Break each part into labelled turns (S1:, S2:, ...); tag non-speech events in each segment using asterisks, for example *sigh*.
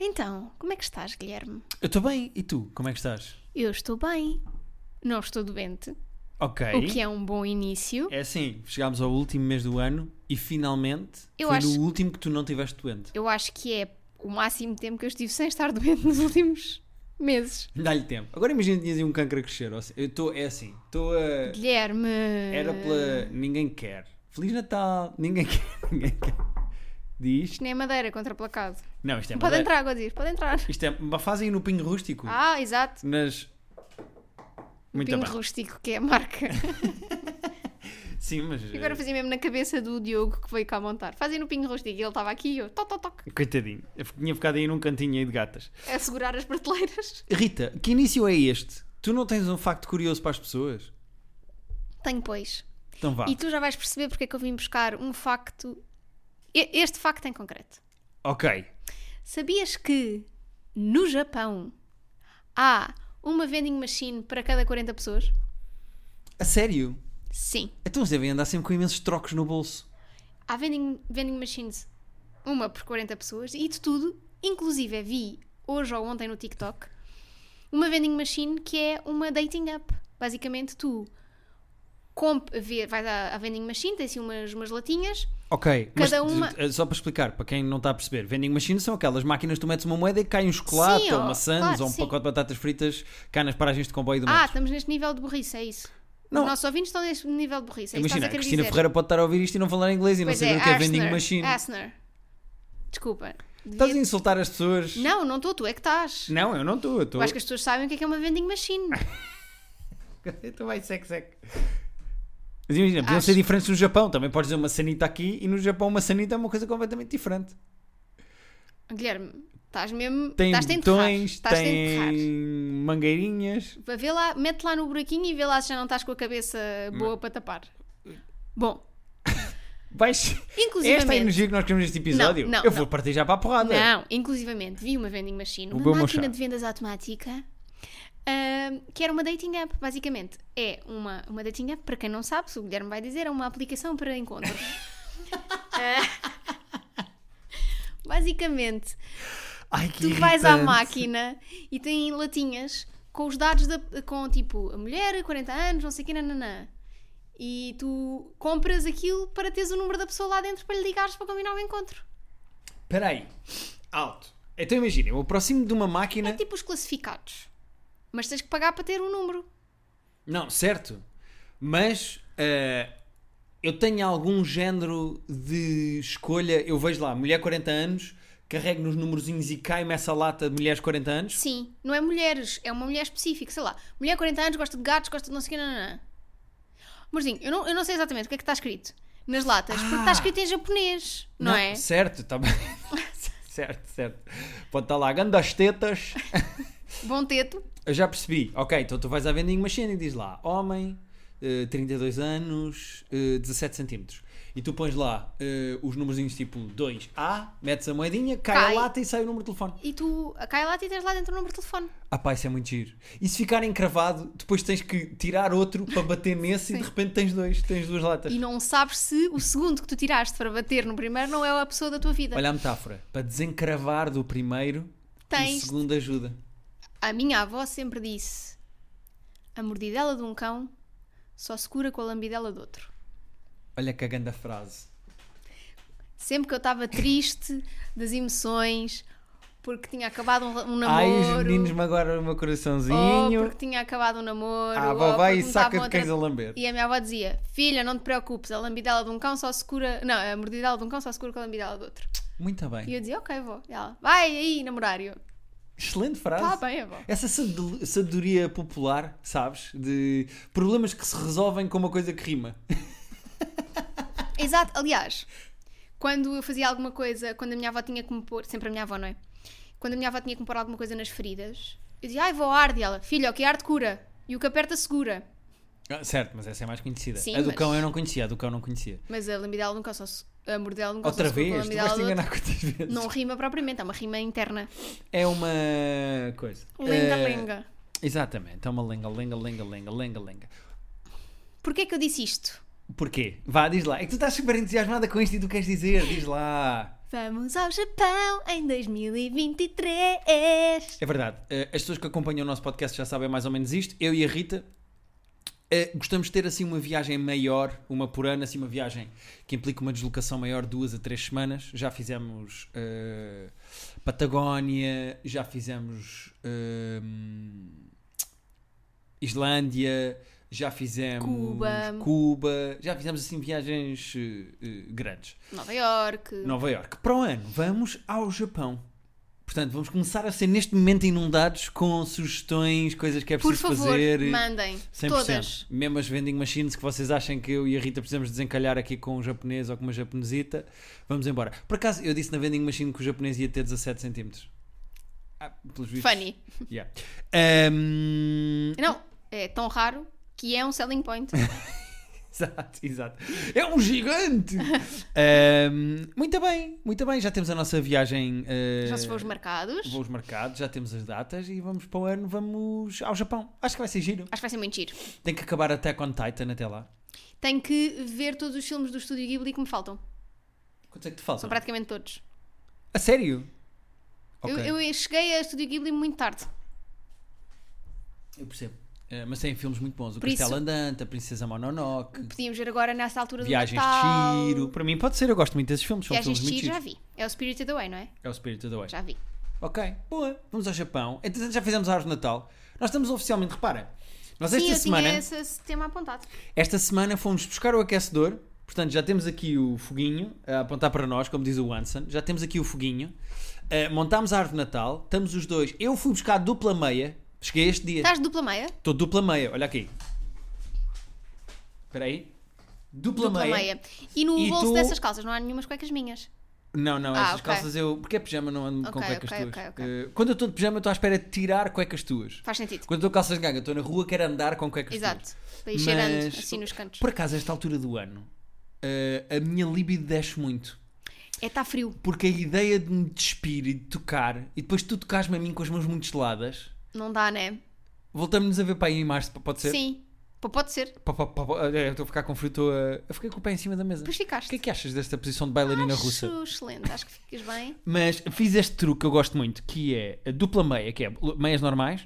S1: Então, como é que estás, Guilherme?
S2: Eu estou bem, e tu? Como é que estás?
S1: Eu estou bem. Não estou doente,
S2: Ok.
S1: o que é um bom início.
S2: É assim, chegámos ao último mês do ano e finalmente
S1: Eu
S2: foi
S1: acho-
S2: no último que tu não estiveste doente.
S1: Eu acho que é o máximo tempo que eu estive sem estar *laughs* doente nos últimos meses.
S2: Dá-lhe tempo. Agora imagina que tinhas aí um cancro a crescer. ou se- Eu estou, é assim, estou a.
S1: Guilherme.
S2: Era
S1: Eh.
S2: pela. Ninguém quer. Feliz Natal! Ninguém *laughs* quer. Ninguém quer. Diz.
S1: Isto nem é madeira contra placado.
S2: Não, isto é
S1: Pode
S2: madeira.
S1: entrar, vou dizer, pode entrar.
S2: Isto é. Mas fazem no pinho rústico.
S1: Ah, exato.
S2: Mas. Muito
S1: Pinho
S2: bem.
S1: rústico, que é a
S2: *laughs*
S1: marca.
S2: Sim, mas. eh,
S1: E agora fazia mesmo na cabeça do Diogo que veio cá montar. Fazia no pinho rústico e ele estava aqui e eu, toc, toc, toc,
S2: Coitadinho. Eu tinha ficado aí num cantinho aí de gatas.
S1: a segurar as prateleiras.
S2: Rita, que início é este? Tu não tens um facto curioso para as pessoas?
S1: Tenho, pois.
S2: Então vá.
S1: E tu já vais perceber porque é que eu vim buscar um facto. e- Este facto em concreto.
S2: Ok.
S1: Sabias que no Japão há uma vending machine para cada 40 pessoas?
S2: A sério?
S1: Sim.
S2: Então eles devem andar sempre com imensos trocos no bolso.
S1: Há vending, vending machines, uma por 40 pessoas, e de tudo, inclusive vi hoje ou ontem no TikTok, uma vending machine que é uma dating app. Basicamente, tu comp, vê, vais à, à vending machine, tens assim umas, umas latinhas,
S2: Ok,
S1: Cada
S2: mas
S1: uma-
S2: eh, só para explicar, para quem não está a perceber, vending machines são aquelas máquinas que tu metes uma moeda e cai um chocolate
S1: Sim,
S2: ou
S1: ó,
S2: maçãs
S1: claro,
S2: ou um
S1: sim.
S2: pacote de batatas fritas cá nas paragens de comboio do
S1: Ah,
S2: metro.
S1: estamos neste nível de burrice, é isso.
S2: Não.
S1: Os nossos ouvintes estão neste nível de burrice. É isso que
S2: Imagina,
S1: estás
S2: a
S1: a querer
S2: Cristina
S1: dizer.
S2: Ferreira pode estar a ouvir isto e não falar inglês e não
S1: Pois
S2: saber
S1: é,
S2: o que é
S1: Asner,
S2: vending machine.
S1: Asner. Desculpa. devia-
S2: Estás a insultar as pessoas?
S1: Não, não estou, tu é que estás.
S2: Não, eu não estou, eu
S1: Eu
S2: estou.
S1: acho que as pessoas sabem o que é, que é uma vending
S2: *laughs*
S1: machine. *laughs*
S2: Eu estou bem sec, sec. Mas imagina, podiam
S1: Acho-
S2: ser diferentes no Japão. Também podes dizer uma sanita aqui e no Japão uma sanita é uma coisa completamente diferente.
S1: Guilherme, estás mesmo.
S2: Tem
S1: estás a enterrar.
S2: botões,
S1: Estás a enterrar.
S2: tem mangueirinhas.
S1: Vê lá, mete lá no buraquinho e vê lá se já não estás com a cabeça boa para tapar. Bom,
S2: Vais... Esta é a
S1: inclusivamente.
S2: energia que nós queremos neste episódio.
S1: Não, não,
S2: eu vou
S1: não.
S2: partir já para a porrada.
S1: Não, inclusivamente vi uma vending machine,
S2: O
S1: uma
S2: meu
S1: máquina
S2: mochá.
S1: de vendas automática, ahm, que era uma dating app, basicamente. É uma, uma dating app, para quem não sabe, se o Guilherme vai dizer, é uma aplicação para
S2: *laughs*
S1: encontros. Ah, basicamente,
S2: Ai, que
S1: tu vais à
S2: irritante.
S1: máquina e tem latinhas com os dados da, com tipo a mulher, 40 anos, não sei o que, nananã. E tu compras aquilo para teres o número da pessoa lá dentro para lhe ligares para combinar o encontro.
S2: Espera aí. Alto. Então imagina, eu aproximo de uma máquina.
S1: É tipo os classificados. Mas tens que pagar para ter um número.
S2: Não, certo. Mas eh, eu tenho algum género de escolha. Eu vejo lá, mulher 40 anos, carrego nos numerozinhos e cai-me essa lata de mulheres 40 anos.
S1: Sim, não é mulheres, é uma mulher específica, sei lá. Mulher 40 anos, gosta de gatos, gosta de não sei o quê, não, não, não. Amorzinho, eu não, eu não sei exatamente o que é que está escrito nas latas, porque
S2: Ah!
S1: está escrito em japonês, não, é?
S2: Certo, está bem. *laughs* certo, certo. Pode estar lá, das tetas.
S1: Bom teto,
S2: Eu já percebi. Ok, então tu vais à vending machine e diz lá, homem, eh, 32 anos, eh, 17 centímetros. E tu pões lá eh, os numerozinhos tipo 2A, metes a moedinha, cai,
S1: Cai.
S2: a lata e sai o número de telefone.
S1: e tu cai lá e tens lá dentro o número de telefone.
S2: Ah pá, isso é muito giro. E se ficar encravado, depois tens que tirar outro para bater nesse e de repente tens dois, tens duas latas.
S1: E não sabes se o segundo que tu tiraste para bater no primeiro não é a pessoa da tua vida.
S2: Olha a metáfora. Para desencravar do primeiro,
S1: Tens-
S2: o segundo ajuda.
S1: A minha avó sempre disse: a mordidela de um cão só se cura com a lambidela do outro.
S2: Olha que a ganda frase.
S1: Sempre que eu estava triste das emoções, porque tinha acabado um, um
S2: Ai, os
S1: namoro,
S2: meninos magoaram o meu
S1: ou
S2: coraçãozinho.
S1: porque tinha acabado um namoro,
S2: Ah,
S1: ou
S2: vó vai
S1: porque
S2: e
S1: me
S2: saca
S1: estavam
S2: de
S1: a tra-
S2: cães a lamber.
S1: E a minha avó dizia: Filha, não te preocupes, a lambidela de um cão só se cura. Não, a mordidela de um cão só se cura com a lambidela do outro.
S2: Muito
S1: E
S2: bem.
S1: eu dizia: Ok, vó. E ela: Vai aí, namorar. E eu:
S2: Excelente frase.
S1: Tá bem, avó.
S2: Essa sabedel- sabedoria popular, sabes? De problemas que se resolvem com uma coisa que rima.
S1: Exato, aliás, quando eu fazia alguma coisa, quando a minha avó tinha que me pôr, sempre a minha avó, não é? Quando a minha avó tinha que me pôr alguma coisa nas feridas, eu dizia, ai, vou arde, e ela, filha, o que arde cura, e o que aperta segura.
S2: Ah, certo, mas essa é mais conhecida.
S1: Sim,
S2: a do
S1: mas-
S2: cão eu não conhecia, a do cão não conhecia.
S1: Mas a lambidela nunca só se- a mordela nunca
S2: Outra
S1: só se
S2: vez? Tu
S1: a
S2: vais-te
S1: lambidela do
S2: enganar quantas vezes?
S1: outro. Não rima propriamente, é uma rima interna.
S2: É uma coisa. Eh,
S1: Lenga-lenga.
S2: Exatamente, é uma lenga, lenga, lenga, lenga, lenga, lenga.
S1: Porquê que eu disse isto?
S2: É Porquê? Vá, diz lá. É que tu estás super entusiasmada com isto e tu queres dizer, diz lá.
S1: Vamos ao Japão em 2023.
S2: É verdade. Eh, As pessoas que acompanham o nosso podcast já sabem mais ou menos isto. Eu e a Rita eh, gostamos de ter assim uma viagem maior, uma por ano, assim uma viagem que implica uma deslocação maior de duas a três semanas. Já fizemos eh, Patagónia, já fizemos eh, Islândia, já fizemos
S1: Cuba.
S2: Cuba, já fizemos assim viagens eh, eh, grandes.
S1: Nova York.
S2: Nova Iorque. Para o ano, vamos ao Japão. Portanto, vamos começar a ser neste momento inundados com sugestões, coisas que é
S1: Por
S2: preciso
S1: favor,
S2: fazer.
S1: mandem.
S2: 100%.
S1: Todas.
S2: Mesmo as vending machines que vocês acham que eu e a Rita precisamos desencalhar aqui com um japonês ou com uma japonesita, vamos embora. Por acaso, eu disse na vending machine que o japonês ia ter 17 centímetros. Ah, pelos vistos.
S1: Funny.
S2: Yeah. Ahm, *laughs*
S1: Não, é tão raro que é um selling point.
S2: Exato, exato. É um
S1: *laughs*
S2: gigante! Ahm, muito bem, muito bem. Já temos a nossa viagem. eh,
S1: Já se foram os marcados.
S2: Voos marcados, já temos as datas e vamos para o ano, vamos ao Japão. Acho que vai ser giro.
S1: Acho que vai ser muito giro.
S2: Tem que acabar Attack on Titan até lá.
S1: Tenho que ver todos os filmes do Estúdio Ghibli que me faltam.
S2: Quantos é que te
S1: São
S2: faltam?
S1: praticamente todos.
S2: A sério?
S1: Eu-
S2: Ok,
S1: Eu, cheguei a Estúdio Ghibli muito tarde.
S2: eu percebo. Eh, mas tem filmes muito bons. O
S1: Por isso-
S2: Castelo Andante, a Princesa Mononoke,
S1: Podíamos ver agora nessa altura
S2: Viagens
S1: do Natal.
S2: de Tiro. Para mim pode ser, eu gosto muito desses filmes. São
S1: Viagens de
S2: filmes
S1: Tiro já
S2: muito giros.
S1: vi. É o Spirited Away, não é?
S2: É o Spirit of the Way.
S1: Já vi.
S2: Ok, boa. Vamos ao Japão. Entretanto já fizemos a árvore de Natal. Nós estamos oficialmente, repara. Nós
S1: Sim,
S2: esta
S1: eu
S2: semana... Eh,
S1: tinha esse, esse tema apontado.
S2: Esta semana fomos buscar o aquecedor, portanto já temos aqui o foguinho a apontar para nós, como diz o Anson, já temos aqui o foguinho, Eh, montámos a árvore de Natal, estamos os dois. Eu fui buscar a dupla meia, cheguei este dia,
S1: Estás de dupla meia?
S2: estou dupla meia, olha aqui. Espera aí. Dupla,
S1: Dupla
S2: meia.
S1: meia. E no
S2: E
S1: bolso
S2: tu-
S1: dessas calças não há nenhumas cuecas minhas.
S2: Não, não,
S1: Ah,
S2: essas
S1: ok.
S2: calças eu. Porque é pijama, não ando com
S1: Ok,
S2: cuecas
S1: ok,
S2: tuas.
S1: ok, ok.
S2: Eh, quando eu estou de pijama, eu estou à espera de tirar cuecas tuas.
S1: Faz sentido.
S2: Quando eu estou de calças de ganga, eu estou na rua, quero andar com cuecas tuas.
S1: Exato. Para ir cheirando
S2: Mas-
S1: assim nos cantos.
S2: Por acaso, a esta altura do ano, eh, a minha libido desce muito.
S1: É, está frio.
S2: Porque a ideia de me despir e de tocar, e depois tu tocares-me a mim com as mãos muito geladas,
S1: Não dá, né?
S2: voltamos-nos a ver para aí em março, p- pode ser?
S1: Sim. Pô, pode ser.
S2: Pá, pá, pá, pá, olha, eu estou a ficar com frio, estou a... Eu fiquei com o pé em cima da mesa.
S1: Depois
S2: O
S1: ficaste.
S2: que é que achas desta posição de bailarina russa?
S1: Acho excelente. Acho que ficas bem.
S2: Mas fiz este truque que eu gosto muito, que é a dupla meia, que é l- meias normais,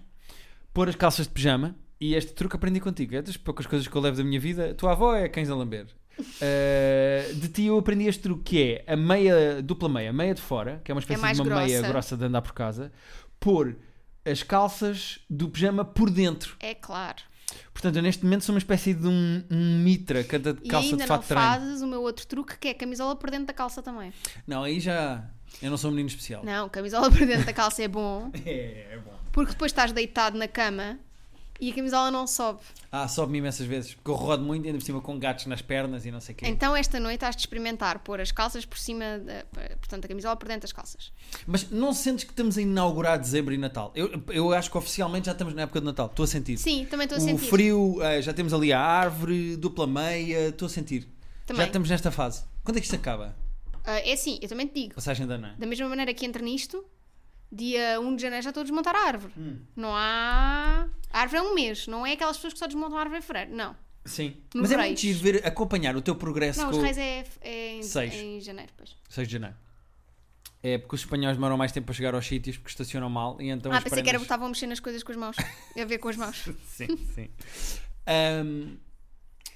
S2: pôr as calças de pijama, e este truque aprendi contigo. É das poucas coisas que eu levo da minha vida. A tua avó é cães a lamber. Uh, de ti eu aprendi este truque que é a meia, dupla meia, a meia de fora, que é uma espécie
S1: mais
S2: de uma meia
S1: grossa.
S2: grossa de andar por casa, pôr as calças do pijama por dentro.
S1: É claro.
S2: Portanto, eu neste momento sou uma espécie de um, um mitra, cada
S1: E
S2: calça
S1: ainda
S2: de
S1: não
S2: fato de treino.
S1: fazes o meu outro truque que é camisola por dentro da calça também.
S2: Não, aí já. Eu não sou um menino especial.
S1: Não, camisola por dentro da calça é bom
S2: *laughs* É, é bom.
S1: porque depois estás deitado na cama e a camisola não sobe.
S2: Ah, sobe-me imensas vezes, porque eu rodo muito, ainda por cima com gatos nas pernas e não sei o quê.
S1: Então esta noite has de experimentar pôr as calças por cima, da, eh, portanto a camisola por dentro das calças.
S2: Mas não sentes que estamos a inaugurar dezembro e Natal? Eu, eu acho que oficialmente já estamos na época de Natal, estou a sentir.
S1: Sim, também estou a
S2: o
S1: sentir.
S2: frio, eh, já temos ali a árvore, dupla meia, estou a sentir.
S1: Também.
S2: Já estamos nesta fase. Quando é que isto acaba?
S1: Ah, é assim, eu também te digo.
S2: Passagem da Ana.
S1: Da mesma maneira que entra nisto, dia 1 de janeiro já estou a desmontar a árvore.
S2: Hum.
S1: Não há. A árvore é um mês, não é aquelas pessoas que só desmontam a árvore em fevereiro. Não.
S2: Sim.
S1: No
S2: Mas é
S1: Reis.
S2: muito giro ver, acompanhar o teu progresso
S1: Não,
S2: com
S1: os reis é, é em,
S2: Seis. Então
S1: em janeiro, pois.
S2: 6 de janeiro. É porque os espanhóis demoram mais tempo para chegar aos sítios porque estacionam mal e então
S1: ah,
S2: as
S1: pensei que era
S2: prendas-
S1: botavam a mexer nas coisas com as
S2: *laughs*
S1: mãos. A ver com as mãos.
S2: Sim, sim. Ahm,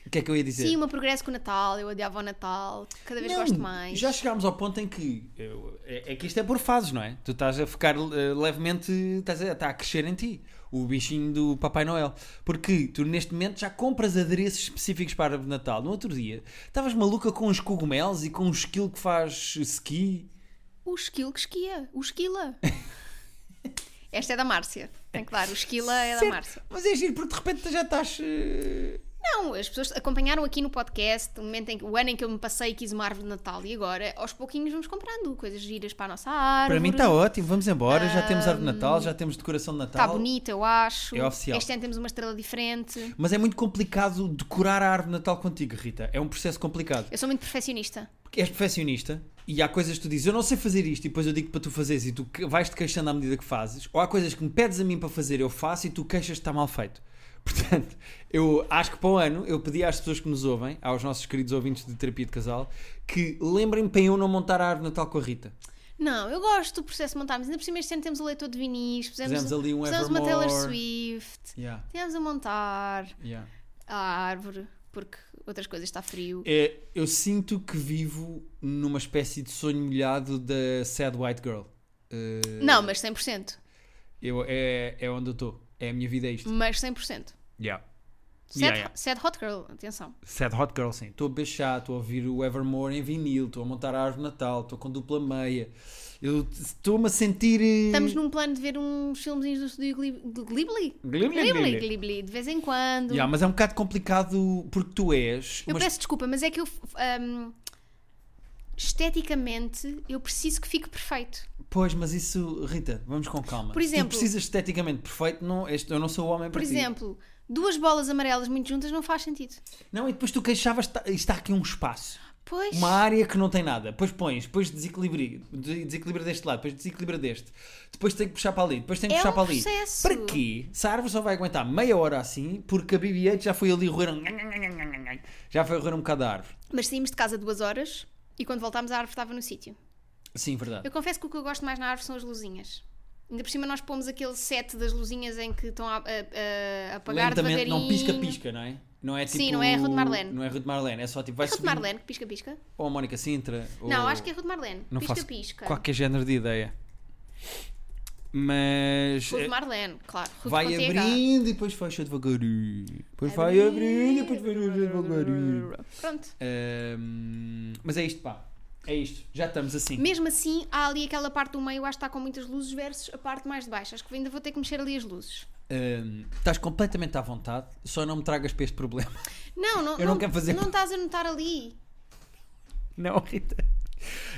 S2: O que é que eu ia dizer?
S1: Sim, o meu progresso com o Natal, eu odiava o Natal, cada vez
S2: Não,
S1: gosto mais.
S2: Já chegámos ao ponto em que eu- é, é que isto é por fases, não é? Tu estás a ficar eh, levemente, estás a, está a crescer em ti o bichinho do Papai Noel, porque tu neste momento já compras adereços específicos para a árvore de Natal. No outro dia estavas maluca com os cogumelos e com um esquilo que faz ski.
S1: O esquilo que esquia, o
S2: *laughs*
S1: esquila. Esta é da Márcia, tem que dar, o esquila é da
S2: Certo,
S1: Márcia.
S2: Mas é giro, porque de repente já estás. eh,
S1: Não, as pessoas acompanharam aqui no podcast o, momento em que, o ano em que eu me passei e quis uma árvore de Natal e agora, aos pouquinhos, vamos comprando coisas giras para a nossa árvore.
S2: Para mim está ótimo, vamos embora. Já temos árvore de Natal, já temos decoração de Natal.
S1: Está tá bonito, eu acho.
S2: É oficial.
S1: Este ano temos uma estrela diferente.
S2: Mas é muito complicado decorar a árvore de Natal contigo, Rita. É um processo complicado.
S1: Eu sou muito perfeccionista.
S2: Porque és profissionista e há coisas que tu dizes, eu não sei fazer isto, e depois eu digo para tu fazeres e tu que- vais-te queixando à medida que fazes, ou há coisas que me pedes a mim para fazer, eu faço e tu queixas que está mal feito. *laughs* Portanto, eu acho que para o ano eu pedi às pessoas que nos ouvem, aos nossos queridos ouvintes de terapia de casal, que lembrem-me para eu não montar a árvore de Natal com a Rita.
S1: Não, eu gosto do processo de montarmos. Ainda por cima este ano temos o leitor de vinis, pusemos,
S2: Fizemos ali um
S1: pusemos uma Taylor
S2: Evermore.
S1: Swift,
S2: Yeah,
S1: tivemos a montar
S2: yeah.
S1: a árvore, porque outras coisas está frio.
S2: É, eu sinto que vivo numa espécie de sonho molhado da Sad White Girl. Eh,
S1: Não, mas 100%.
S2: eu, é, é onde eu estou. É a minha vida, é isto.
S1: Mas 100%.
S2: Yeah.
S1: Hum. Sad,
S2: Yeah, yeah.
S1: sad Hot Girl, atenção.
S2: Sad Hot Girl, sim. Estou a beixar, estou a ouvir o Evermore em vinil, estou a montar a árvore de Natal, estou com dupla meia. Eu estou-me a sentir. eh,
S1: Estamos num plano de ver uns filmezinhos do estúdio Glib- do Ghibli.
S2: Glibli,
S1: Ghibli,
S2: glibli.
S1: Ghibli, de vez em quando.
S2: Yeah, mas é um bocado complicado porque tu és.
S1: Eu
S2: mas-
S1: peço desculpa, mas é que eu. hum, esteticamente, eu preciso que fique perfeito.
S2: Pois, mas isso, Rita, vamos com calma.
S1: Por exemplo-
S2: tu precisas esteticamente perfeito, não, este, eu não sou o homem
S1: Por
S2: para ti.
S1: exemplo, duas bolas amarelas muito juntas não faz sentido.
S2: Não, e depois tu queixavas, está, está aqui um espaço,
S1: Pois.
S2: uma área que não tem nada. Depois pões, depois desequilibra, de- desequilibra deste lado, depois desequilibra deste. Depois tem que puxar para ali, depois tem que
S1: É
S2: puxar
S1: um
S2: para ali.
S1: processo.
S2: Para quê? Se a árvore só vai aguentar meia hora assim, porque a BB-8 já foi ali roer um... *laughs* Já foi roer um bocado a árvore.
S1: Mas saímos de casa duas horas e quando voltámos a árvore estava no sítio.
S2: Sim, verdade.
S1: Eu confesso que o que eu gosto mais na árvore são as luzinhas. Ainda por cima nós pomos aquele set das luzinhas em que estão a, a- a apagar
S2: Lentamente,
S1: devagarinho.
S2: não pisca-pisca, não é? Não é tipo...
S1: Sim, não é a Ruth Marlene.
S2: Não é Ruth Marlene, é só tipo... Vai
S1: Ruth
S2: subindo-
S1: Marlene, que pisca-pisca?
S2: Ou a Mónica Sintra.
S1: Não,
S2: ou-
S1: acho que é Ruth Marlene.
S2: Não faço
S1: Pisca-pisca.
S2: qualquer género de ideia. Mas.
S1: Ruth
S2: eh,
S1: Marlene, claro. Ruth
S2: Vai
S1: com TH.
S2: abrindo e depois fecha devagarinho. Depois vai abrindo e depois fecha devagarinho.
S1: Pronto.
S2: Ahm, mas é isto, pá. É isto. Já estamos assim.
S1: Mesmo assim, há ali aquela parte do meio, acho que está com muitas luzes, versus a parte mais de baixo. Acho que ainda vou ter que mexer ali as luzes.
S2: Ahm, estás completamente à vontade. Só não me tragas para este problema.
S1: Não, não,
S2: Eu não quero fazer-
S1: não estás a notar ali.
S2: *laughs* Não, Rita.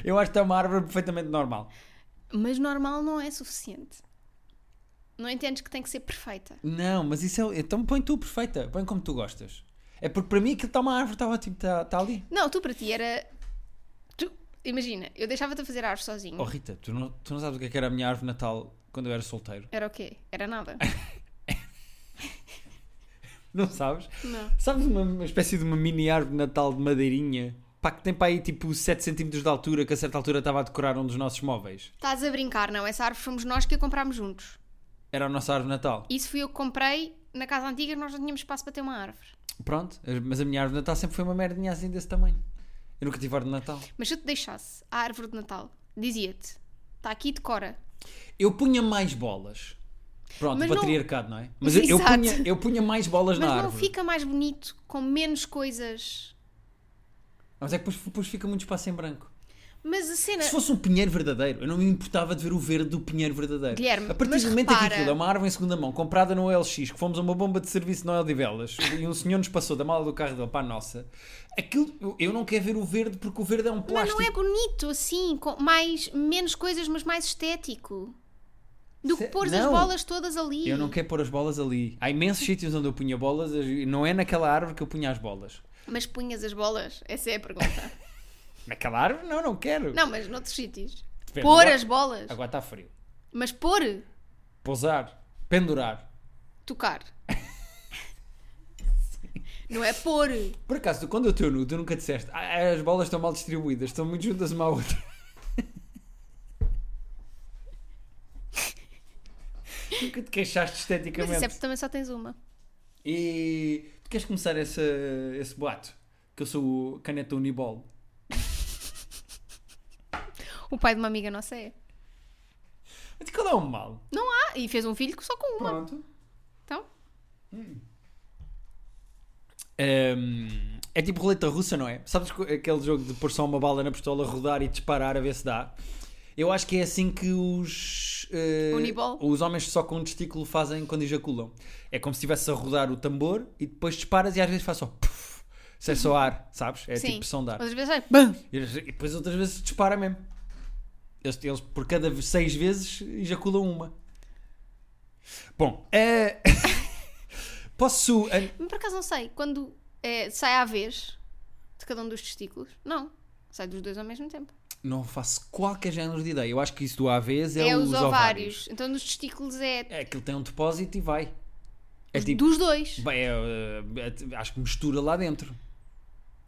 S2: Eu acho que é uma árvore perfeitamente normal.
S1: Mas normal não é suficiente. Não entendes que tem que ser perfeita.
S2: Não, mas isso é. Então põe tu perfeita. Põe como tu gostas. É porque para mim aquilo está uma árvore, está ótimo, está, está ali.
S1: Não, tu para ti era. Tu... Imagina, eu deixava-te a fazer a árvore sozinho.
S2: Oh Rita, tu não, tu não sabes o que, é que era a minha árvore de natal quando eu era solteiro?
S1: Era o quê? Era nada.
S2: *laughs* Não sabes?
S1: não.
S2: Sabes uma, uma espécie de uma mini árvore de natal de madeirinha? Pá, que tem para aí tipo 7 centímetros de altura, que a certa altura estava a decorar um dos nossos móveis.
S1: Estás a brincar, não? Essa árvore fomos nós que a comprámos juntos.
S2: Era a nossa árvore de natal.
S1: Isso fui eu que comprei na casa antiga, nós não tínhamos espaço para ter uma árvore.
S2: Pronto, mas a minha árvore de natal sempre foi uma merdinha assim desse tamanho. Eu nunca tive árvore de natal.
S1: Mas se eu te deixasse a árvore de Natal, dizia-te: está aqui, decora.
S2: Eu punha mais bolas. Pronto,
S1: Mas não-
S2: patriarcado, não, é? Mas eu, eu
S1: Exato.
S2: punha, eu punha mais bolas
S1: Mas
S2: na
S1: não
S2: árvore.
S1: fica mais bonito com menos coisas.
S2: Mas é que depois, depois fica muito espaço em branco.
S1: Mas a cena.
S2: Se fosse um pinheiro verdadeiro, eu não me importava de ver o verde do pinheiro verdadeiro.
S1: Guilherme,
S2: a partir
S1: mas
S2: do momento em que
S1: repara-
S2: aquilo é uma árvore em segunda mão, comprada no LX, que fomos a uma bomba de serviço no Velas e um senhor nos passou da mala do carro dele para a nossa, aquilo, eu- eu não quero ver o verde porque o verde é um
S1: Mas
S2: plástico.
S1: não é bonito assim, com mais, menos coisas, mas mais estético. Do que
S2: Se-
S1: pôr as
S2: não.
S1: bolas todas ali.
S2: Eu não quero pôr as bolas ali.
S1: *laughs*
S2: Há imensos sítios onde eu punha bolas, não é naquela árvore que eu punha as bolas.
S1: Mas punhas as bolas? Essa é a
S2: *laughs*
S1: pergunta.
S2: Naquela árvore? Não, não quero.
S1: não, mas noutros sítios.
S2: Depende.
S1: Pôr
S2: Agora-
S1: as bolas.
S2: Agora está frio.
S1: Mas pôr,
S2: Pousar, pendurar. *laughs*
S1: tocar. não é pôr.
S2: Por acaso, tu, quando eu estou nu, tu nunca disseste "Ah, as bolas estão mal distribuídas, estão muito juntas uma à outra.
S1: *laughs*
S2: nunca te
S1: Mas
S2: queixaste
S1: isso
S2: esteticamente.
S1: é porque também só tens uma.
S2: E tu queres começar esse, esse boato? Que eu sou o caneta Unibol.
S1: O pai de uma amiga nossa é.
S2: Mas qual é o mal?
S1: Não há. E fez um filho só com uma.
S2: Pronto.
S1: Então,
S2: Hum, é tipo roleta russa, não é? Sabes co- aquele jogo de pôr só uma bala na pistola, rodar e disparar a ver se dá? Eu acho que é assim que os. eh,
S1: Uniball?
S2: os homens só com um testículo fazem quando ejaculam. É como se estivesse a rodar o tambor e depois disparas e às vezes faz só. Puff, se é só ar, sabes? É
S1: sim.
S2: tipo som de ar.
S1: Outras vezes é. Bam!
S2: E depois outras vezes dispara mesmo. Eles, eles por cada vez- seis vezes ejaculam uma. Bom, eh, *laughs* posso. eh, an-
S1: Mas por acaso não sei. Quando eh, sai à vez de cada um dos testículos, não. Sai dos dois ao mesmo tempo.
S2: Não faço qualquer género de ideia. Eu acho que isso do AVS é,
S1: É,
S2: os, ovários.
S1: Então nos testículos é.
S2: É que ele tem um depósito e vai. É tipo,
S1: Dos dois.
S2: bem, é, é, é, acho que mistura lá dentro.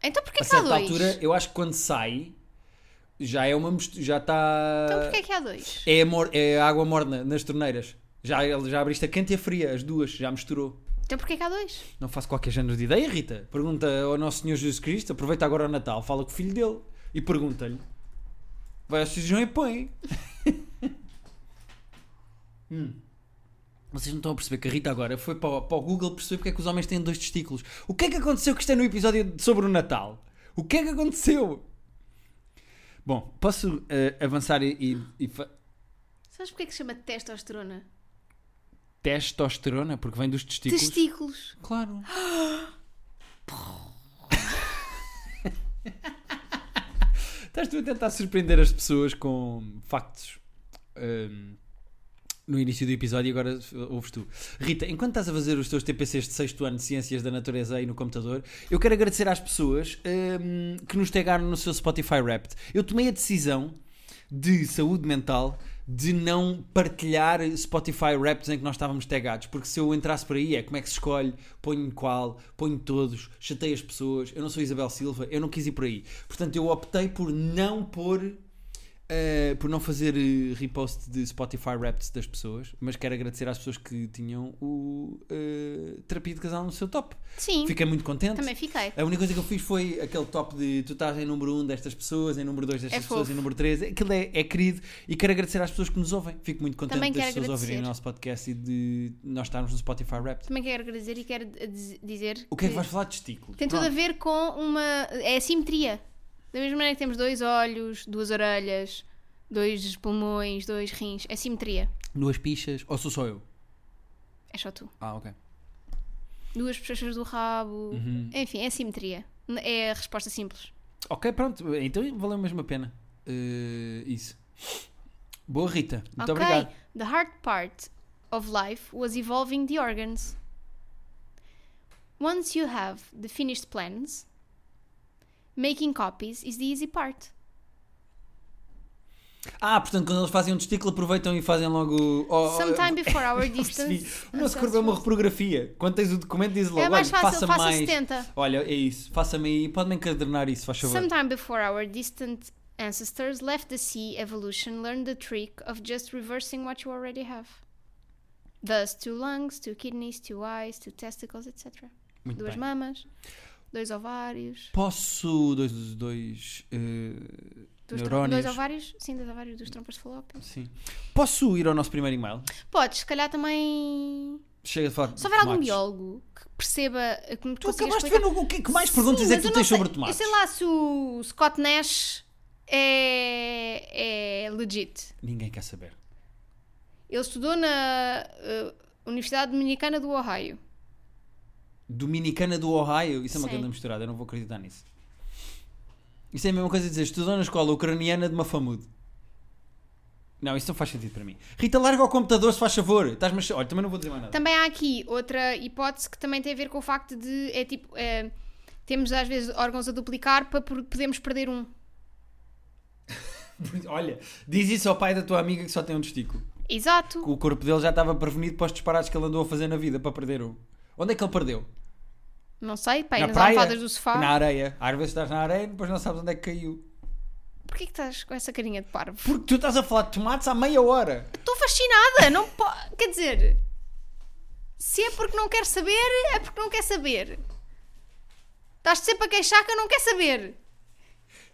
S1: Então porquê que
S2: A
S1: há
S2: certa
S1: dois?
S2: altura, eu acho que quando sai, já é uma mistura, já está...
S1: Então porquê que há dois?
S2: eh, É, a mor- é a água morna nas torneiras. Já, já abriste a quente e a fria, as duas, já misturou.
S1: Então porquê que há dois?
S2: Não faço qualquer género de ideia, Rita. Pergunta ao nosso Senhor Jesus Cristo, aproveita agora o Natal, fala com o filho dele e pergunta-lhe. Vai ao cirurgião e põe. *laughs* Hum. Vocês não estão a perceber que a Rita agora foi para o, para o Google perceber porque é que os homens têm dois testículos. O que é que aconteceu que isto é no episódio de- sobre o Natal? O que é que aconteceu? Bom, posso eh, avançar e, e- e fa-
S1: Sabes porquê que se chama testosterona?
S2: testosterona, porque vem dos testículos.
S1: Testículos.
S2: Claro. *gasps* Estás tu a tentar surpreender as pessoas com factos hum, no início do episódio e agora ouves tu. Rita, enquanto estás a fazer os teus TPCs de 6 ano de Ciências da Natureza aí no computador, eu quero agradecer às pessoas hum, que nos tagaram no seu Spotify Wrapped. Eu tomei a decisão de saúde mental de não partilhar Spotify Raps em que nós estávamos tagados, porque se eu entrasse por aí é como é que se escolhe, ponho qual, ponho todos, chatei as pessoas, eu não sou Isabel Silva, eu não quis ir por aí. Portanto, eu optei por não pôr, eh, por não fazer eh, repost de Spotify Raps das pessoas, mas quero agradecer às pessoas que tinham o eh, Terapia de Casal no seu top.
S1: Sim,
S2: Fiquei muito contente.
S1: também fiquei.
S2: A única coisa que eu fiz foi aquele top de tu estás em número 1 um destas pessoas, em número 2 destas
S1: É
S2: pessoas,
S1: fofo.
S2: em número 3. Aquilo é, é querido e quero agradecer às pessoas que nos ouvem. Fico muito contente
S1: Também
S2: das
S1: quero
S2: pessoas ouvirem o
S1: agradecer.
S2: nosso podcast e de nós estarmos no Spotify Wrapped.
S1: Também quero agradecer e quero eh, diz- dizer.
S2: O que é que vais falar de testículos?
S1: Tem tudo a
S2: Pronto.
S1: ver com uma. É assimetria. Da mesma maneira que temos dois olhos, duas orelhas, dois pulmões, dois rins. É simetria.
S2: Nuas pichas, ou sou só eu?
S1: É só tu.
S2: Ah, ok.
S1: Duas bochechas do rabo.
S2: Uhum.
S1: Enfim, é simetria. N- É a resposta simples.
S2: Ok, pronto. Então valeu mesmo a pena. Eh, isso. Boa, Rita. Muito
S1: ok.
S2: obrigado.
S1: The hard part of life was evolving the organs. Once you have the finished plans, making copies is the easy part.
S2: Ah, portanto, quando eles fazem um testículo, aproveitam e fazem logo. Oh, oh,
S1: Sometime before our
S2: eu percebi.
S1: distance.
S2: *laughs* O nosso corpo é uma reprografia. Quando tens o documento, diz logo:
S1: É mais
S2: olha,
S1: fácil,
S2: faça
S1: faça
S2: mais.
S1: 70.
S2: Olha, é isso. Faça-me aí. Pode-me encadernar isso, faz favor.
S1: Sometime before our distant ancestors left the sea, evolution learned the trick of just reversing what you already have. Thus, two lungs, two kidneys, two eyes, two testicles, etc.
S2: Muito
S1: Duas
S2: bem.
S1: mamas, dois ovários.
S2: Posso dois, dois, dois eh,
S1: Dois, tro-
S2: neurónios?
S1: dois ovários? Sim, dois ovários, dos trompas de falópio.
S2: Sim. Posso ir ao nosso primeiro e-mail?
S1: Podes, se calhar também.
S2: Chega de falar de
S1: Se houver algum
S2: tomates.
S1: biólogo que perceba que me
S2: Tu
S1: consiga
S2: acabaste de
S1: explicar-
S2: ver no- o que, que mais perguntas
S1: Sim,
S2: é
S1: mas
S2: que
S1: eu
S2: tu
S1: não
S2: tens
S1: sei-
S2: sobre tomates.
S1: Eu sei lá se o Scott Nash é, é legit.
S2: Ninguém quer saber.
S1: Ele estudou na eh, Universidade Dominicana do Ohio.
S2: Dominicana do Ohio, isso é uma
S1: Sim.
S2: grande misturada, eu não vou acreditar nisso. Isso é a mesma coisa de dizer, estudou na escola ucraniana de Mafamud. Não, isso não faz sentido para mim. Rita, larga o computador, se faz favor. Estás-me a... ch- Olha, também não vou dizer mais nada.
S1: Também há aqui outra hipótese que também tem a ver com o facto de é tipo eh, temos às vezes órgãos a duplicar para por- podermos perder um.
S2: *laughs* Olha, diz isso ao pai da tua amiga que só tem um testículo.
S1: Exato.
S2: o corpo dele já estava prevenido para os disparados que ele andou a fazer na vida para perder um. Onde é que ele perdeu?
S1: Não sei, pá, aí
S2: na
S1: nas
S2: praia?
S1: almofadas do sofá.
S2: Na areia. Às vezes estás na areia e depois não sabes onde é que caiu.
S1: Porquê que estás com essa carinha de parvo?
S2: Porque tu estás a falar de tomates há meia hora. *laughs*
S1: Estou fascinada, não po... Quer dizer, se é porque não quer saber, é porque não quer saber. Estás-te sempre a queixar que eu não quero saber.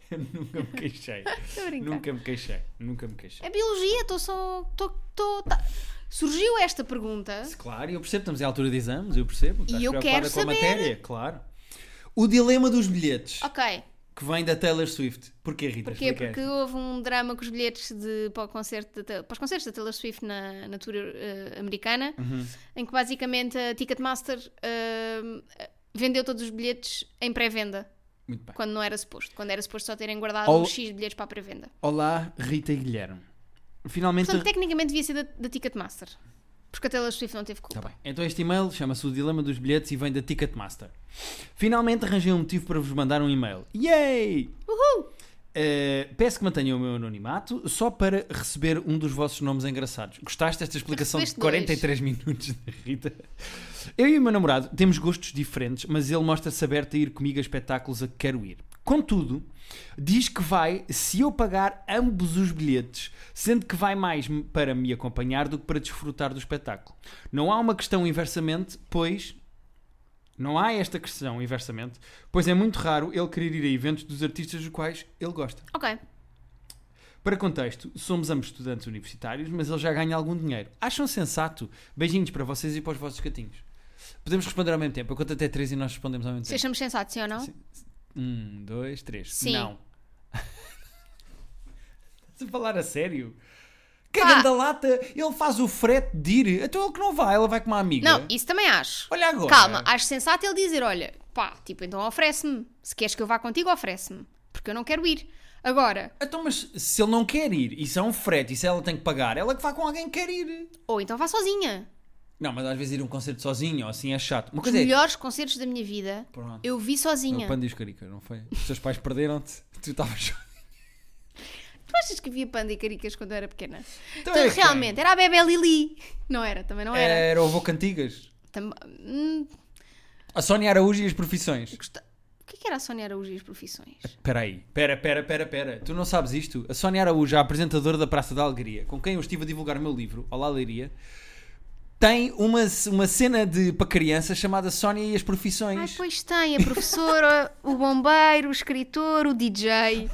S2: Eu nunca me queixei.
S1: Estou a brincar.
S2: nunca me queixei. Nunca me queixei.
S1: É biologia, estou só. Tô, tô, tá- Surgiu esta pergunta.
S2: Claro, eu percebo, estamos em altura de exames, eu percebo. Estás
S1: E eu
S2: preocupada
S1: quero
S2: com
S1: saber.
S2: a matéria, claro. O dilema dos bilhetes
S1: Ok,
S2: que vem da Taylor Swift. Porquê, Rita?
S1: porquê?
S2: Explica.
S1: Porque houve um drama com os bilhetes de, para, o concerto da Taylor- para os concertos da Taylor Swift na, na tour eh, americana, em que basicamente a Ticketmaster eh, vendeu todos os bilhetes em pré-venda.
S2: Muito bem.
S1: Quando não era suposto. Quando era suposto só terem guardado
S2: Ou-
S1: uns X bilhetes para a pré-venda.
S2: Olá, Rita e Guilherme. Finalmente.
S1: Portanto, tecnicamente devia ser da, da Ticketmaster. Porque a Taylor Swift não teve
S2: Tá
S1: culpa.
S2: bem. Então este e-mail chama-se O Dilema dos Bilhetes e vem da Ticketmaster. Finalmente arranjei um motivo para vos mandar um e-mail. Yay!
S1: Uhul!
S2: Eh, Eh, peço que mantenham o meu anonimato só para receber um dos vossos nomes engraçados. Gostaste desta explicação de
S1: Recebeste dois.
S2: 43 minutos da Rita? Eu e o meu namorado temos gostos diferentes, mas ele mostra-se aberto a ir comigo a espetáculos a que quero ir. Contudo, diz que vai se eu pagar ambos os bilhetes, sendo que vai mais m- para me acompanhar do que para desfrutar do espetáculo. Não há uma questão inversamente, pois não há esta questão inversamente, pois é muito raro ele querer ir a eventos dos artistas dos quais ele gosta.
S1: Ok.
S2: Para contexto, somos ambos estudantes universitários, mas ele já ganha algum dinheiro. Acham sensato? Beijinhos para vocês e para os vossos gatinhos. Podemos responder ao mesmo tempo. Eu conto até três e nós respondemos ao mesmo
S1: Se
S2: tempo.
S1: achamos sensato, sim ou não?
S2: Sim. Um, dois, três.
S1: Sim.
S2: Não. *laughs* Estás a falar a sério? Que
S1: Pá.
S2: grande lata! Ele faz o frete de ir. Então ele que não vai, ela vai com uma amiga.
S1: Não, isso também acho.
S2: é? Olha agora.
S1: Calma, acho sensato ele dizer: olha, pá, tipo, então oferece-me. Se queres que eu vá contigo, oferece-me. Porque eu não quero ir. Agora,
S2: Então, mas se ele não quer ir, isso é um frete, isso ela tem que pagar, ela que vá com alguém que quer ir.
S1: ou então vá sozinha.
S2: Não, mas às vezes ir a um concerto sozinho ou assim é chato. Uma
S1: Os
S2: coisa é.
S1: melhores concertos da minha vida
S2: Pronto.
S1: eu vi
S2: É o
S1: sozinha.
S2: panda e os caricas, não foi? Os teus pais perderam-te, tu estavas.
S1: Tu achas que via panda e caricas quando eu era pequena?
S2: Então
S1: Então,
S2: é quem? É.
S1: realmente, era a Bebé Lili. Não era, também não era.
S2: *laughs* Era o avô Cantigas.
S1: Tam- hum,
S2: A Sónia Araújo e as profissões.
S1: gosta- O que é que era a Sónia Araújo e as profissões?
S2: Espera aí, pera, pera, pera, pera. Tu não sabes isto? A Sónia Araújo, a apresentadora da Praça da Alegria, com quem eu estive a divulgar o meu livro, Olá Leiria, tem uma, uma cena de, para crianças chamada Sónia e as profissões.
S1: Ai, pois tem a professora, o bombeiro, o escritor, o DJ,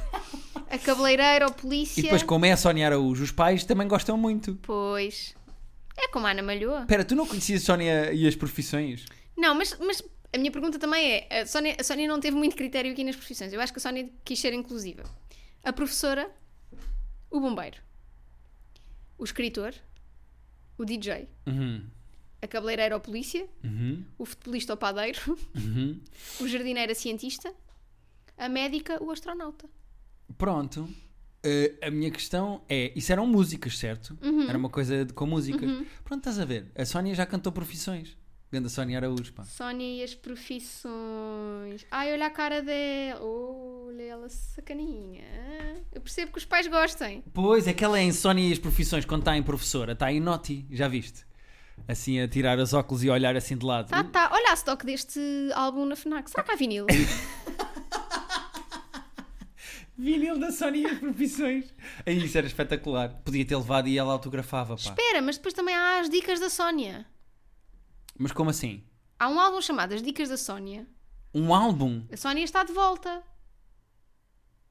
S1: a cabeleireira, a polícia.
S2: E depois, como é a Sónia Araújo, os pais também gostam muito.
S1: Pois. É como a Ana Malhoa.
S2: Pera, tu não conhecias a Sónia e as profissões?
S1: Não, mas, mas a minha pergunta também é: a Sónia, a Sónia não teve muito critério aqui nas profissões. Eu acho que a Sónia quis ser inclusiva. A professora, o bombeiro, o escritor, o DJ,
S2: Uhum,
S1: a cabeleireira ou polícia,
S2: uhum,
S1: o futebolista ou padeiro,
S2: uhum.
S1: o jardineiro a cientista, a médica, o astronauta.
S2: Pronto. Eh, a minha questão é: isso eram músicas, certo? Era uma coisa de- com músicas. Pronto, estás a ver? A Sónia já cantou profissões. Ganda Sónia Araújo, pá.
S1: Sónia e as profissões. Ai, olha a cara dela. Olha ela sacaninha. Eu percebo que os pais gostem.
S2: Pois, aquela é em Sónia e as profissões, quando está em professora, está em Noti, já viste? Assim a tirar os óculos e a olhar assim de lado.
S1: Tá, tá. Olha a stock deste álbum na FNAC. Será que há vinil?
S2: Vinil da Sónia e as profissões. *laughs* Aí isso era espetacular. Podia ter levado e ela autografava, pá.
S1: Espera, mas depois também há as dicas da Sónia.
S2: Mas como assim?
S1: Há um álbum chamado As Dicas da Sónia.
S2: Um álbum?
S1: A Sónia está de volta.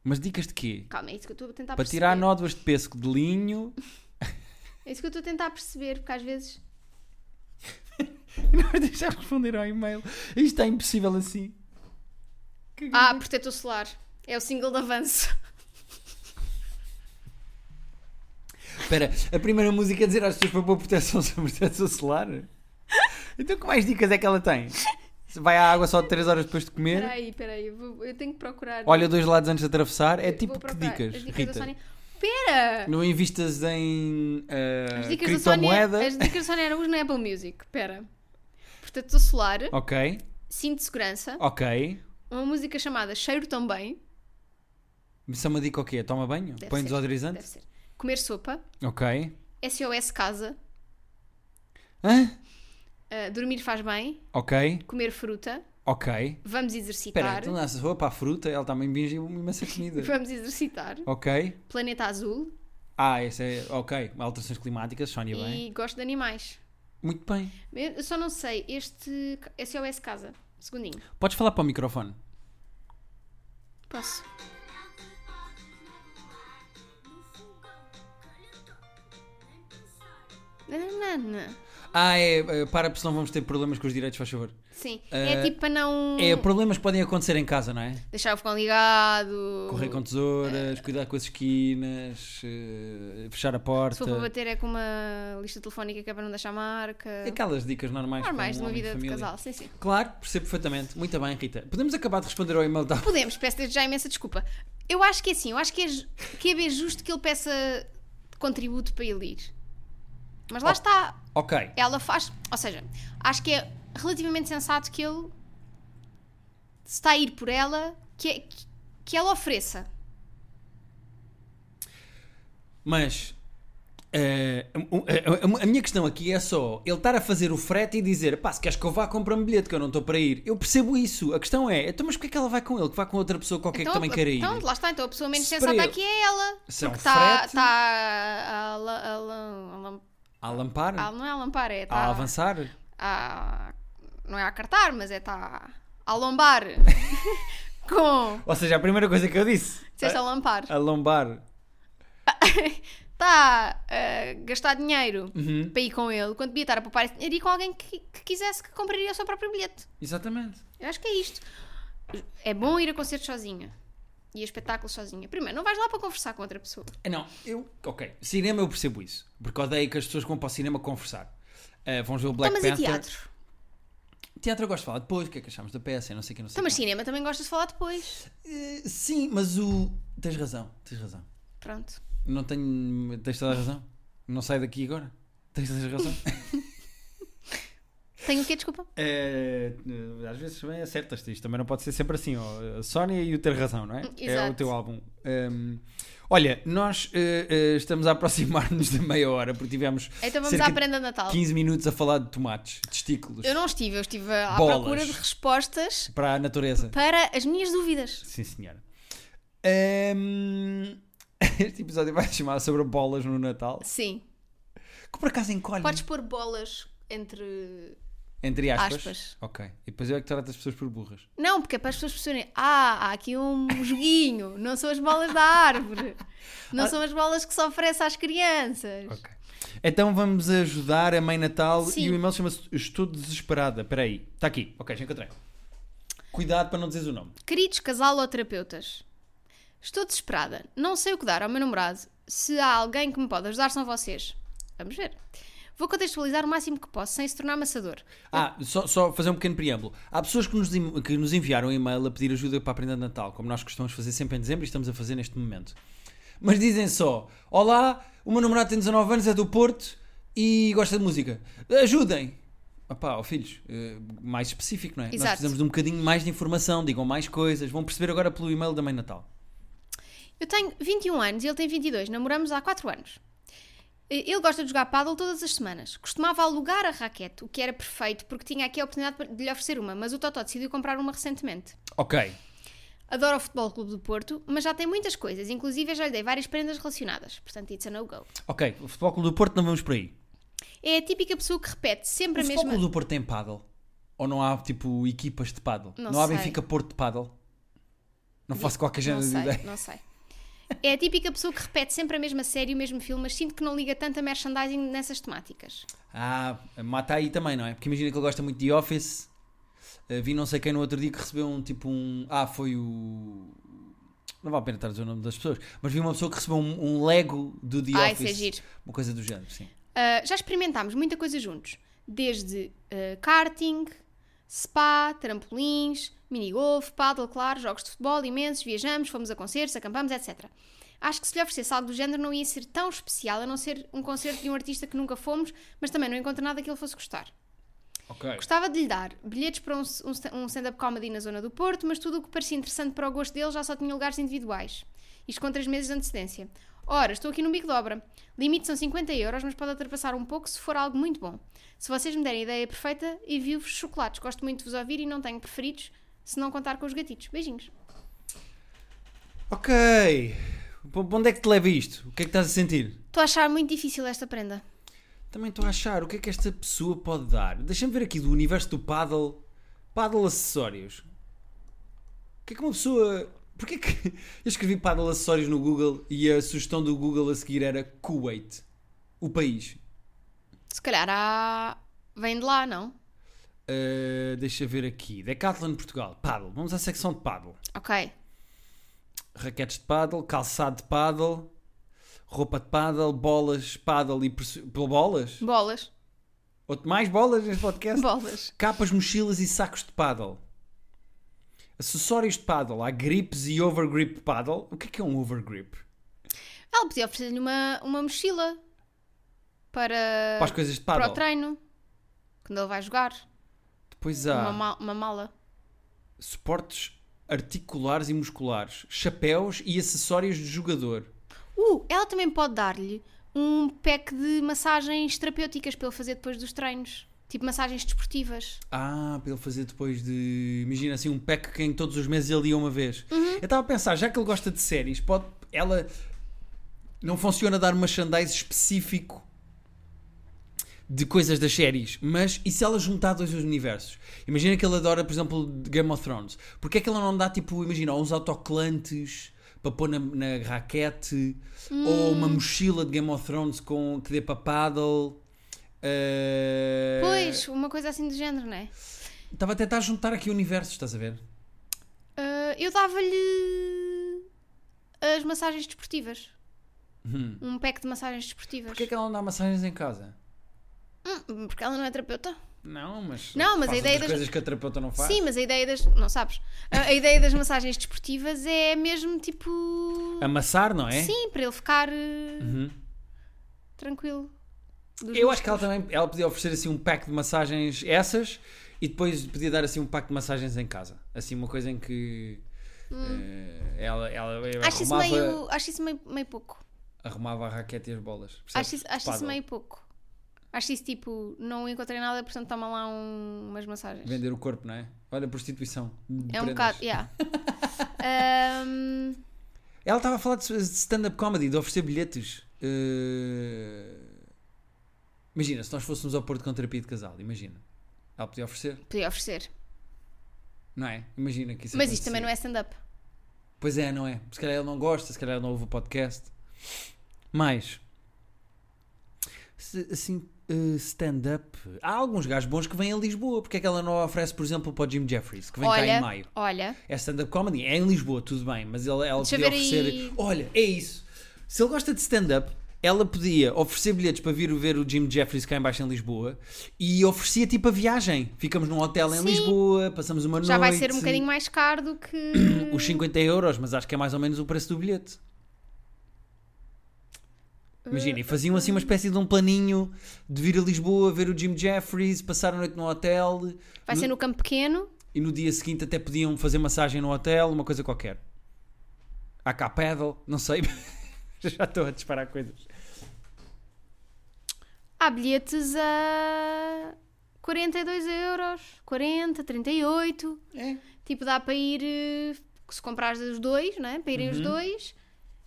S2: Mas dicas de quê?
S1: Calma, é isso que eu estou a tentar
S2: Para
S1: perceber.
S2: tirar nódoas de pesco de linho.
S1: É isso que eu estou a tentar perceber, porque às vezes.
S2: *laughs* Não deixar responder ao e-mail. Isto está impossível assim.
S1: Ah, protetor solar. É o single de avanço.
S2: Espera, a primeira música é dizer às pessoas para pôr proteção sobre proteção solar? Então que mais dicas é que ela tem? Se Vai à água só 3 horas depois de
S1: Espera
S2: comer?
S1: aí, espera aí. Eu, vou- eu tenho que procurar.
S2: É? Olha dois lados antes de atravessar? É
S1: Eu
S2: tipo
S1: vou
S2: que
S1: procurar.
S2: dicas,
S1: As dicas da
S2: Rita?
S1: Sónia. Espera!
S2: Não invistas em eh,
S1: As dicas da
S2: criptomoeda?
S1: Sónia. As dicas da Sónia Araújo na Apple Music. Espera. Protetor solar,
S2: Ok,
S1: cinto de segurança,
S2: ok.
S1: uma música chamada Cheiro Também.
S2: Isso é uma dica o quê? Toma banho?
S1: Deve
S2: Põe
S1: ser,
S2: desodorizante?
S1: Deve ser. Comer sopa,
S2: Ok.
S1: SOS casa,
S2: Hã?
S1: ah, dormir faz bem,
S2: Ok,
S1: comer fruta,
S2: ok.
S1: vamos
S2: Espera,
S1: exercitar,
S2: tu é- lanças roupa para a fruta, ela também binge uma
S1: *laughs*
S2: imensa comida.
S1: vamos exercitar,
S2: ok.
S1: planeta azul
S2: Ah, essa é. Ok. Alterações climáticas, Sónia, bem.
S1: e gosto de animais.
S2: Muito bem.
S1: Eu só não sei, este SOS casa, segundinho,
S2: Podes falar para o microfone.
S1: posso? Nananana.
S2: Ah, é. é, Para, porque senão vamos ter problemas com os direitos, faz favor.
S1: Sim,
S2: Eh,
S1: é tipo para não
S2: É, problemas que podem acontecer em casa, não é?
S1: deixar o fogão ligado,
S2: Correr com tesouras, cuidar com as esquinas, eh, fechar a
S1: se for para
S2: porta.
S1: bater é com uma lista telefónica que é para não deixar marca,
S2: Aquelas dicas normais.
S1: normais de
S2: para um
S1: uma
S2: homem
S1: vida de
S2: família.
S1: casal, sim, sim.
S2: Claro, percebo perfeitamente. Muito bem, Rita. Podemos acabar de responder ao e-mail da.
S1: Podemos, peço desde já imensa desculpa. Eu acho que é assim, eu acho que é, ju- que é bem justo que ele peça contributo para ele ir. Mas lá
S2: Oh.
S1: está,
S2: Ok.
S1: ela faz. Ou seja, acho que é relativamente sensato que ele é, se está a ir por ela, que, que ela ofereça.
S2: Mas eh, a, a- a- a minha questão aqui é só ele estar a fazer o frete e dizer pá, se queres que eu vá, compra-me bilhete que eu não estou para ir. Eu percebo isso. A questão é, então, mas porquê é que ela vai com ele? Que vá com outra pessoa qualquer que também queira ir.
S1: Então, lá está. Então a pessoa menos
S2: Se
S1: sensata
S2: para ele-
S1: aqui é ela.
S2: Se é um
S1: porque tá- está
S2: frete-
S1: está a, a, la- a, la- a lam-
S2: A lampar?
S1: a- não é a lampar, é
S2: a
S1: está
S2: avançar?
S1: a, não é a cartar, mas é está a
S2: *laughs*
S1: lombar com...
S2: Ou seja, a primeira coisa que eu disse.
S1: Disseste a lampar.
S2: A lombar.
S1: *laughs* Está a Tá, eh, gastar dinheiro
S2: Uhum.
S1: para ir com ele, quando devia estar a poupar esse dinheiro e ir com alguém que, que quisesse que compraria o seu próprio bilhete.
S2: Exatamente.
S1: Eu acho que é isto. É bom ir a concertos sozinha. E a espetáculos sozinha. Primeiro, não vais lá para conversar com outra pessoa.
S2: Ah, Não, eu. Ok, cinema eu percebo isso. Porque odeio que as pessoas que vão para o cinema conversar. Ah, vamos ver o Black
S1: então, mas
S2: Panther.
S1: e teatro?
S2: Teatro eu gosto de falar depois, o que é que achamos da peça, e não sei o que, não sei.
S1: Então,
S2: o
S1: mas
S2: quê.
S1: cinema também gostas de falar depois.
S2: Eh, sim, mas o. Tens razão, tens razão.
S1: Pronto.
S2: Não tenho. Tens toda a razão. Não saio daqui agora. Tens toda a
S1: *laughs*
S2: razão.
S1: Tenho o quê? Desculpa.
S2: Eh, eh, às vezes também acertas-te. Isto também não pode ser sempre assim. ó. A Sónia e o Ter Razão, não é? É o
S1: Exato.
S2: teu álbum. Ehm, olha, nós eh, eh, estamos a aproximar-nos *laughs* da meia hora porque tivemos
S1: Então vamos
S2: cerca
S1: à prenda de Natal.
S2: de 15 minutos a falar de tomates, testículos,
S1: Eu não estive, eu estive à
S2: Bolas.
S1: procura de respostas
S2: para a natureza.
S1: para as minhas dúvidas.
S2: Sim, senhora. Ehm, *laughs* este episódio vai se chamar sobre bolas no Natal.
S1: Sim.
S2: Que por acaso encolhem.
S1: Podes pôr bolas entre.
S2: Entre aspas.
S1: Aspas.
S2: Ok. E depois eu é que trato as pessoas por burras.
S1: Não, porque é para as pessoas perceberem. Ah, há aqui um joguinho. Não são as bolas da árvore. Não são as bolas que se oferece às crianças.
S2: Ok. Então vamos ajudar a Mãe Natal
S1: Sim.
S2: e o e-mail chama-se Estou Desesperada. Espera aí. Está aqui. Ok, já encontrei. Cuidado para não dizeres o nome.
S1: Queridos casal ou terapeutas, estou desesperada. Não sei o que dar ao meu namorado. Se há alguém que me pode ajudar, são vocês. Vamos ver. Vou contextualizar o máximo que posso, sem se tornar amassador.
S2: Ah, só, só fazer um pequeno preâmbulo. Há pessoas que nos, em- que nos enviaram um e-mail a pedir ajuda para a prenda de Natal, como nós costumamos fazer sempre em dezembro e estamos a fazer neste momento. Mas dizem só: Olá, o meu namorado tem 19 anos, é do Porto e gosta de música. Ajudem! Opá, ó filhos, eh, mais específico, não é? Nós
S1: Exato.
S2: precisamos de um bocadinho mais de informação, digam mais coisas. Vão perceber agora pelo e-mail da Mãe Natal.
S1: Eu tenho 21 anos e ele tem 22. Namoramos há 4 anos. Eh, Ele gosta de jogar paddle todas as semanas. Costumava alugar a raquete, o que era perfeito, porque tinha aqui a oportunidade de lhe oferecer uma, mas o Totó decidiu comprar uma recentemente.
S2: Ok.
S1: Adoro o Futebol Clube do Porto, mas já tem muitas coisas, inclusive eu já lhe dei várias prendas relacionadas, portanto, it's a no-go.
S2: Ok, o Futebol Clube do Porto não vamos por aí.
S1: É a típica pessoa que repete sempre
S2: o
S1: a
S2: Futebol
S1: mesma.
S2: Clube do Porto tem paddle? Ou não há, tipo, equipas de paddle?
S1: Não
S2: há
S1: sei.
S2: Benfica Porto de paddle? Não faço qualquer
S1: Não
S2: género de
S1: sei,
S2: ideia. *laughs*
S1: não sei. É a típica pessoa que repete sempre a mesma série, o mesmo filme, mas sinto que não liga tanto a merchandising nessas temáticas.
S2: Ah, mata aí também, não é? Porque imagina que ele gosta muito de Office. Uh, vi não sei quem no outro dia que recebeu um, tipo, um... Ah, foi o... Não vale a pena estar a dizer o nome das pessoas. Mas vi uma pessoa que recebeu um, um Lego do The
S1: Ah, isso é
S2: Office.
S1: giro.
S2: Uma coisa do género, sim.
S1: Uh, já experimentámos muita coisa juntos, desde uh, karting, spa, trampolins, minigolf, paddle, claro, jogos de futebol imensos, viajamos, fomos a concertos, acampamos, etc. Acho que se lhe oferecesse algo do género não ia ser tão especial, a não ser um concerto de um artista que nunca fomos, mas também não encontro nada que ele fosse gostar.
S2: Ok.
S1: Gostava de lhe dar bilhetes para um, um sta- um stand-up comedy na zona do Porto, mas tudo o que parecia interessante para o gosto dele já só tinha lugares individuais. Isto com 3 meses de antecedência. Ora, estou aqui no bico de obra. Limite são 50 euros, mas pode ultrapassar um pouco se for algo muito bom. Se vocês me derem a ideia perfeita, envio-vos chocolates. Gosto muito de vos ouvir e não tenho preferidos se não contar com os gatitos. Beijinhos.
S2: Ok. P- Para onde é que te leva isto? O que é que estás a sentir?
S1: Estou a achar muito difícil esta prenda.
S2: Também estou a achar o que é que esta pessoa pode dar. Deixa-me ver aqui do universo do paddle. Paddle acessórios. O que é que uma pessoa. Porquê que. *laughs* Eu escrevi paddle acessórios no Google e a sugestão do Google a seguir era Kuwait. O país.
S1: Se calhar há... vem de lá, não?
S2: Ah, deixa ver aqui. Decathlon Portugal. Paddle. Vamos à secção de paddle.
S1: Ok.
S2: Raquetes de paddle, calçado de paddle, roupa de paddle, bolas, paddle e. persu- Bolas?
S1: Bolas.
S2: Ou mais bolas neste podcast?
S1: Bolas.
S2: capas, mochilas e sacos de paddle. Acessórios de paddle. Há grips e overgrip paddle. O que é que é um overgrip?
S1: Ela podia oferecer-lhe uma, uma mochila para,
S2: Para as coisas de
S1: Ah, para o
S2: paddle.
S1: treino, quando ele vai jogar.
S2: Depois há
S1: Uma, ma- uma mala.
S2: suportes articulares e musculares, chapéus e acessórios de jogador.
S1: Uh, ela também pode dar-lhe um pack de massagens terapêuticas para ele fazer depois dos treinos. Tipo massagens desportivas.
S2: Ah, para ele fazer depois de. Imagina assim, um pack que em todos os meses ele ia uma vez. Eu estava a pensar, já que ele gosta de séries, pode. Ela. Não funciona dar um merchandise específico de coisas das séries, mas e se ela juntar dois universos? Imagina que ele adora, por exemplo, Game of Thrones. Porquê é que ela não dá, tipo, imagina, uns autoclantes para pôr na, na raquete ou uma mochila de Game of Thrones com, que dê para paddle? Eh,
S1: Pois, uma coisa assim do género, não é?
S2: Estava a tentar juntar aqui universos, estás a ver?
S1: Ah, eu dava-lhe as massagens desportivas.
S2: Hum.
S1: Um pack de massagens desportivas.
S2: Porquê é que ela não dá massagens em casa?
S1: Hum, porque ela não é terapeuta.
S2: Não, mas.
S1: Não, mas
S2: faz
S1: a ideia
S2: outras
S1: das-
S2: coisas que a terapeuta não faz.
S1: Sim, mas a ideia das. Não sabes? A, a ideia das massagens desportivas é mesmo tipo.
S2: Amassar, não é?
S1: Sim, para ele ficar eh,
S2: Uhum.
S1: tranquilo. Dos
S2: Eu acho que ela também ela podia oferecer assim um pack de massagens essas e depois podia dar assim um pack de massagens em casa. Assim, uma coisa em que. eh, ela, ela
S1: músculos. acho isso
S2: arrumava,
S1: meio, acho isso meio, meio pouco.
S2: arrumava a raquete e as bolas. percebes?
S1: Acho isso, acho isso
S2: Paddle.
S1: meio pouco. Acho isso tipo, não encontrei nada, portanto toma lá um- umas massagens.
S2: Vender o corpo, não é? Olha, prostituição.
S1: É um
S2: Prendas.
S1: bocado, yeah.
S2: *laughs*
S1: Ahm,
S2: Ela estava a falar de de stand-up comedy, de oferecer bilhetes. Eh, Imagina, se nós fôssemos ao Porto com terapia de casal, imagina. Ela podia oferecer,
S1: podia oferecer.
S2: não é? Imagina que isso
S1: Mas isto também não
S2: acontecia.
S1: é stand-up.
S2: Pois é, não é? Se calhar ele não gosta, se calhar não ouve o podcast. Mas, se- assim, eh, stand-up. Há alguns gajos bons que vêm a Lisboa. Porque é que ela não oferece, por exemplo, para o Jim Jeffries, que vem cá em
S1: Olha,
S2: maio?
S1: olha.
S2: É stand-up comedy, é em Lisboa, tudo bem, mas ela, ela
S1: Deixa
S2: podia
S1: ver
S2: oferecer.
S1: aí.
S2: Olha, é isso. Se ele gosta de stand-up, ela podia oferecer bilhetes para vir ver o Jim Jeffries cá em baixo em Lisboa e oferecia tipo a viagem. Ficamos num hotel em
S1: Sim.
S2: Lisboa, passamos uma noite.
S1: Já vai ser um bocadinho mais caro do que.
S2: *coughs* Os 50 euros, mas acho que é mais ou menos o preço do bilhete. Imagina, e faziam assim uma espécie de um planinho de vir a Lisboa, ver o Jim Jeffries, passar a noite no hotel
S1: Vai ser no campo pequeno.
S2: e no dia seguinte até podiam fazer massagem no hotel, uma coisa qualquer. Há cá paddle, não sei. *laughs* Já estou a disparar coisas.
S1: Há bilhetes a 42 euros, 40, 38.
S2: É.
S1: Tipo, dá para ir, eh, se comprares os dois, né? para irem os
S2: Uhum.
S1: dois.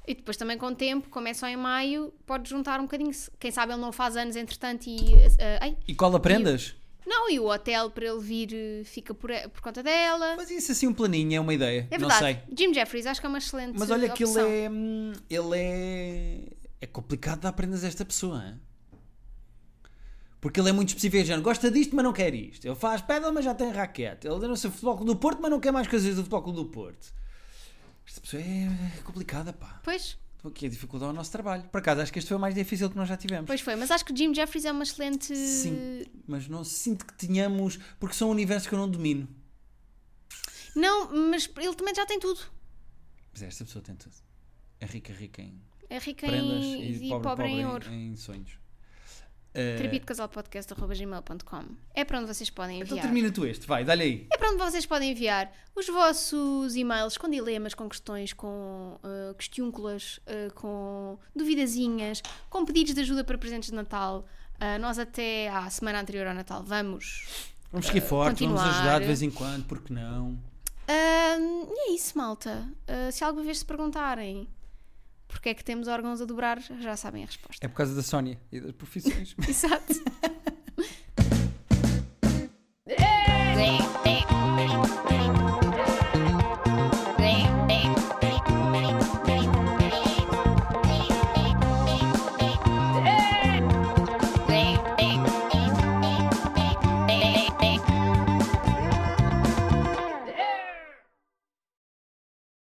S1: E depois também com o tempo, como é só em maio, podes juntar um bocadinho. se- Quem sabe ele não faz anos entretanto e... eh, ai,
S2: E cola prendas?
S1: não, e o hotel para ele vir eh, fica por, por conta dela.
S2: Mas isso assim um planinho, é uma ideia.
S1: É
S2: não
S1: verdade.
S2: sei.
S1: Jim Jeffries, acho que é uma excelente
S2: Mas olha que ele
S1: opção.
S2: é. hum, Ele é. É complicado dar prendas a esta pessoa. hein? Porque ele é muito específico. Já gosta disto, mas não quer isto. Ele faz pedal, mas já tem raquete. Ele não sei futebol Clube do Porto, mas não quer mais coisas do futebol Clube do Porto. Esta pessoa é é complicada, pá.
S1: Pois,
S2: Estou aqui Então, é a dificultar o nosso trabalho. Por acaso, acho que este foi o mais difícil que nós já tivemos.
S1: pois foi. Mas acho que Jim Jeffries é uma excelente...
S2: eh, Sim, mas não sinto que tenhamos. Porque são universos que eu não domino.
S1: Não, mas ele também já tem tudo.
S2: Mas esta pessoa tem tudo. É rica, rica em
S1: É rica
S2: prendas
S1: em,
S2: e, pobre, pobre em, em sonhos. Eh,
S1: terapia de casal podcast.gmail.com É para onde vocês podem
S2: então
S1: enviar.
S2: termina tu este, vai, dá-lhe aí.
S1: É para onde vocês podem enviar os vossos e-mails com dilemas, com questões, com ah, questiúnculas, ah, com duvidazinhas, com pedidos de ajuda para presentes de Natal. Ah, nós até à semana anterior ao Natal vamos.
S2: Vamos seguir forte, vamos
S1: continuar.
S2: ajudar de vez em quando, porque não?
S1: Ah, e é isso, malta. Ah, se alguma vez se perguntarem porque é que temos órgãos a dobrar, já sabem a resposta.
S2: *laughs* É por causa da Sónia e das profissões.
S1: Exato.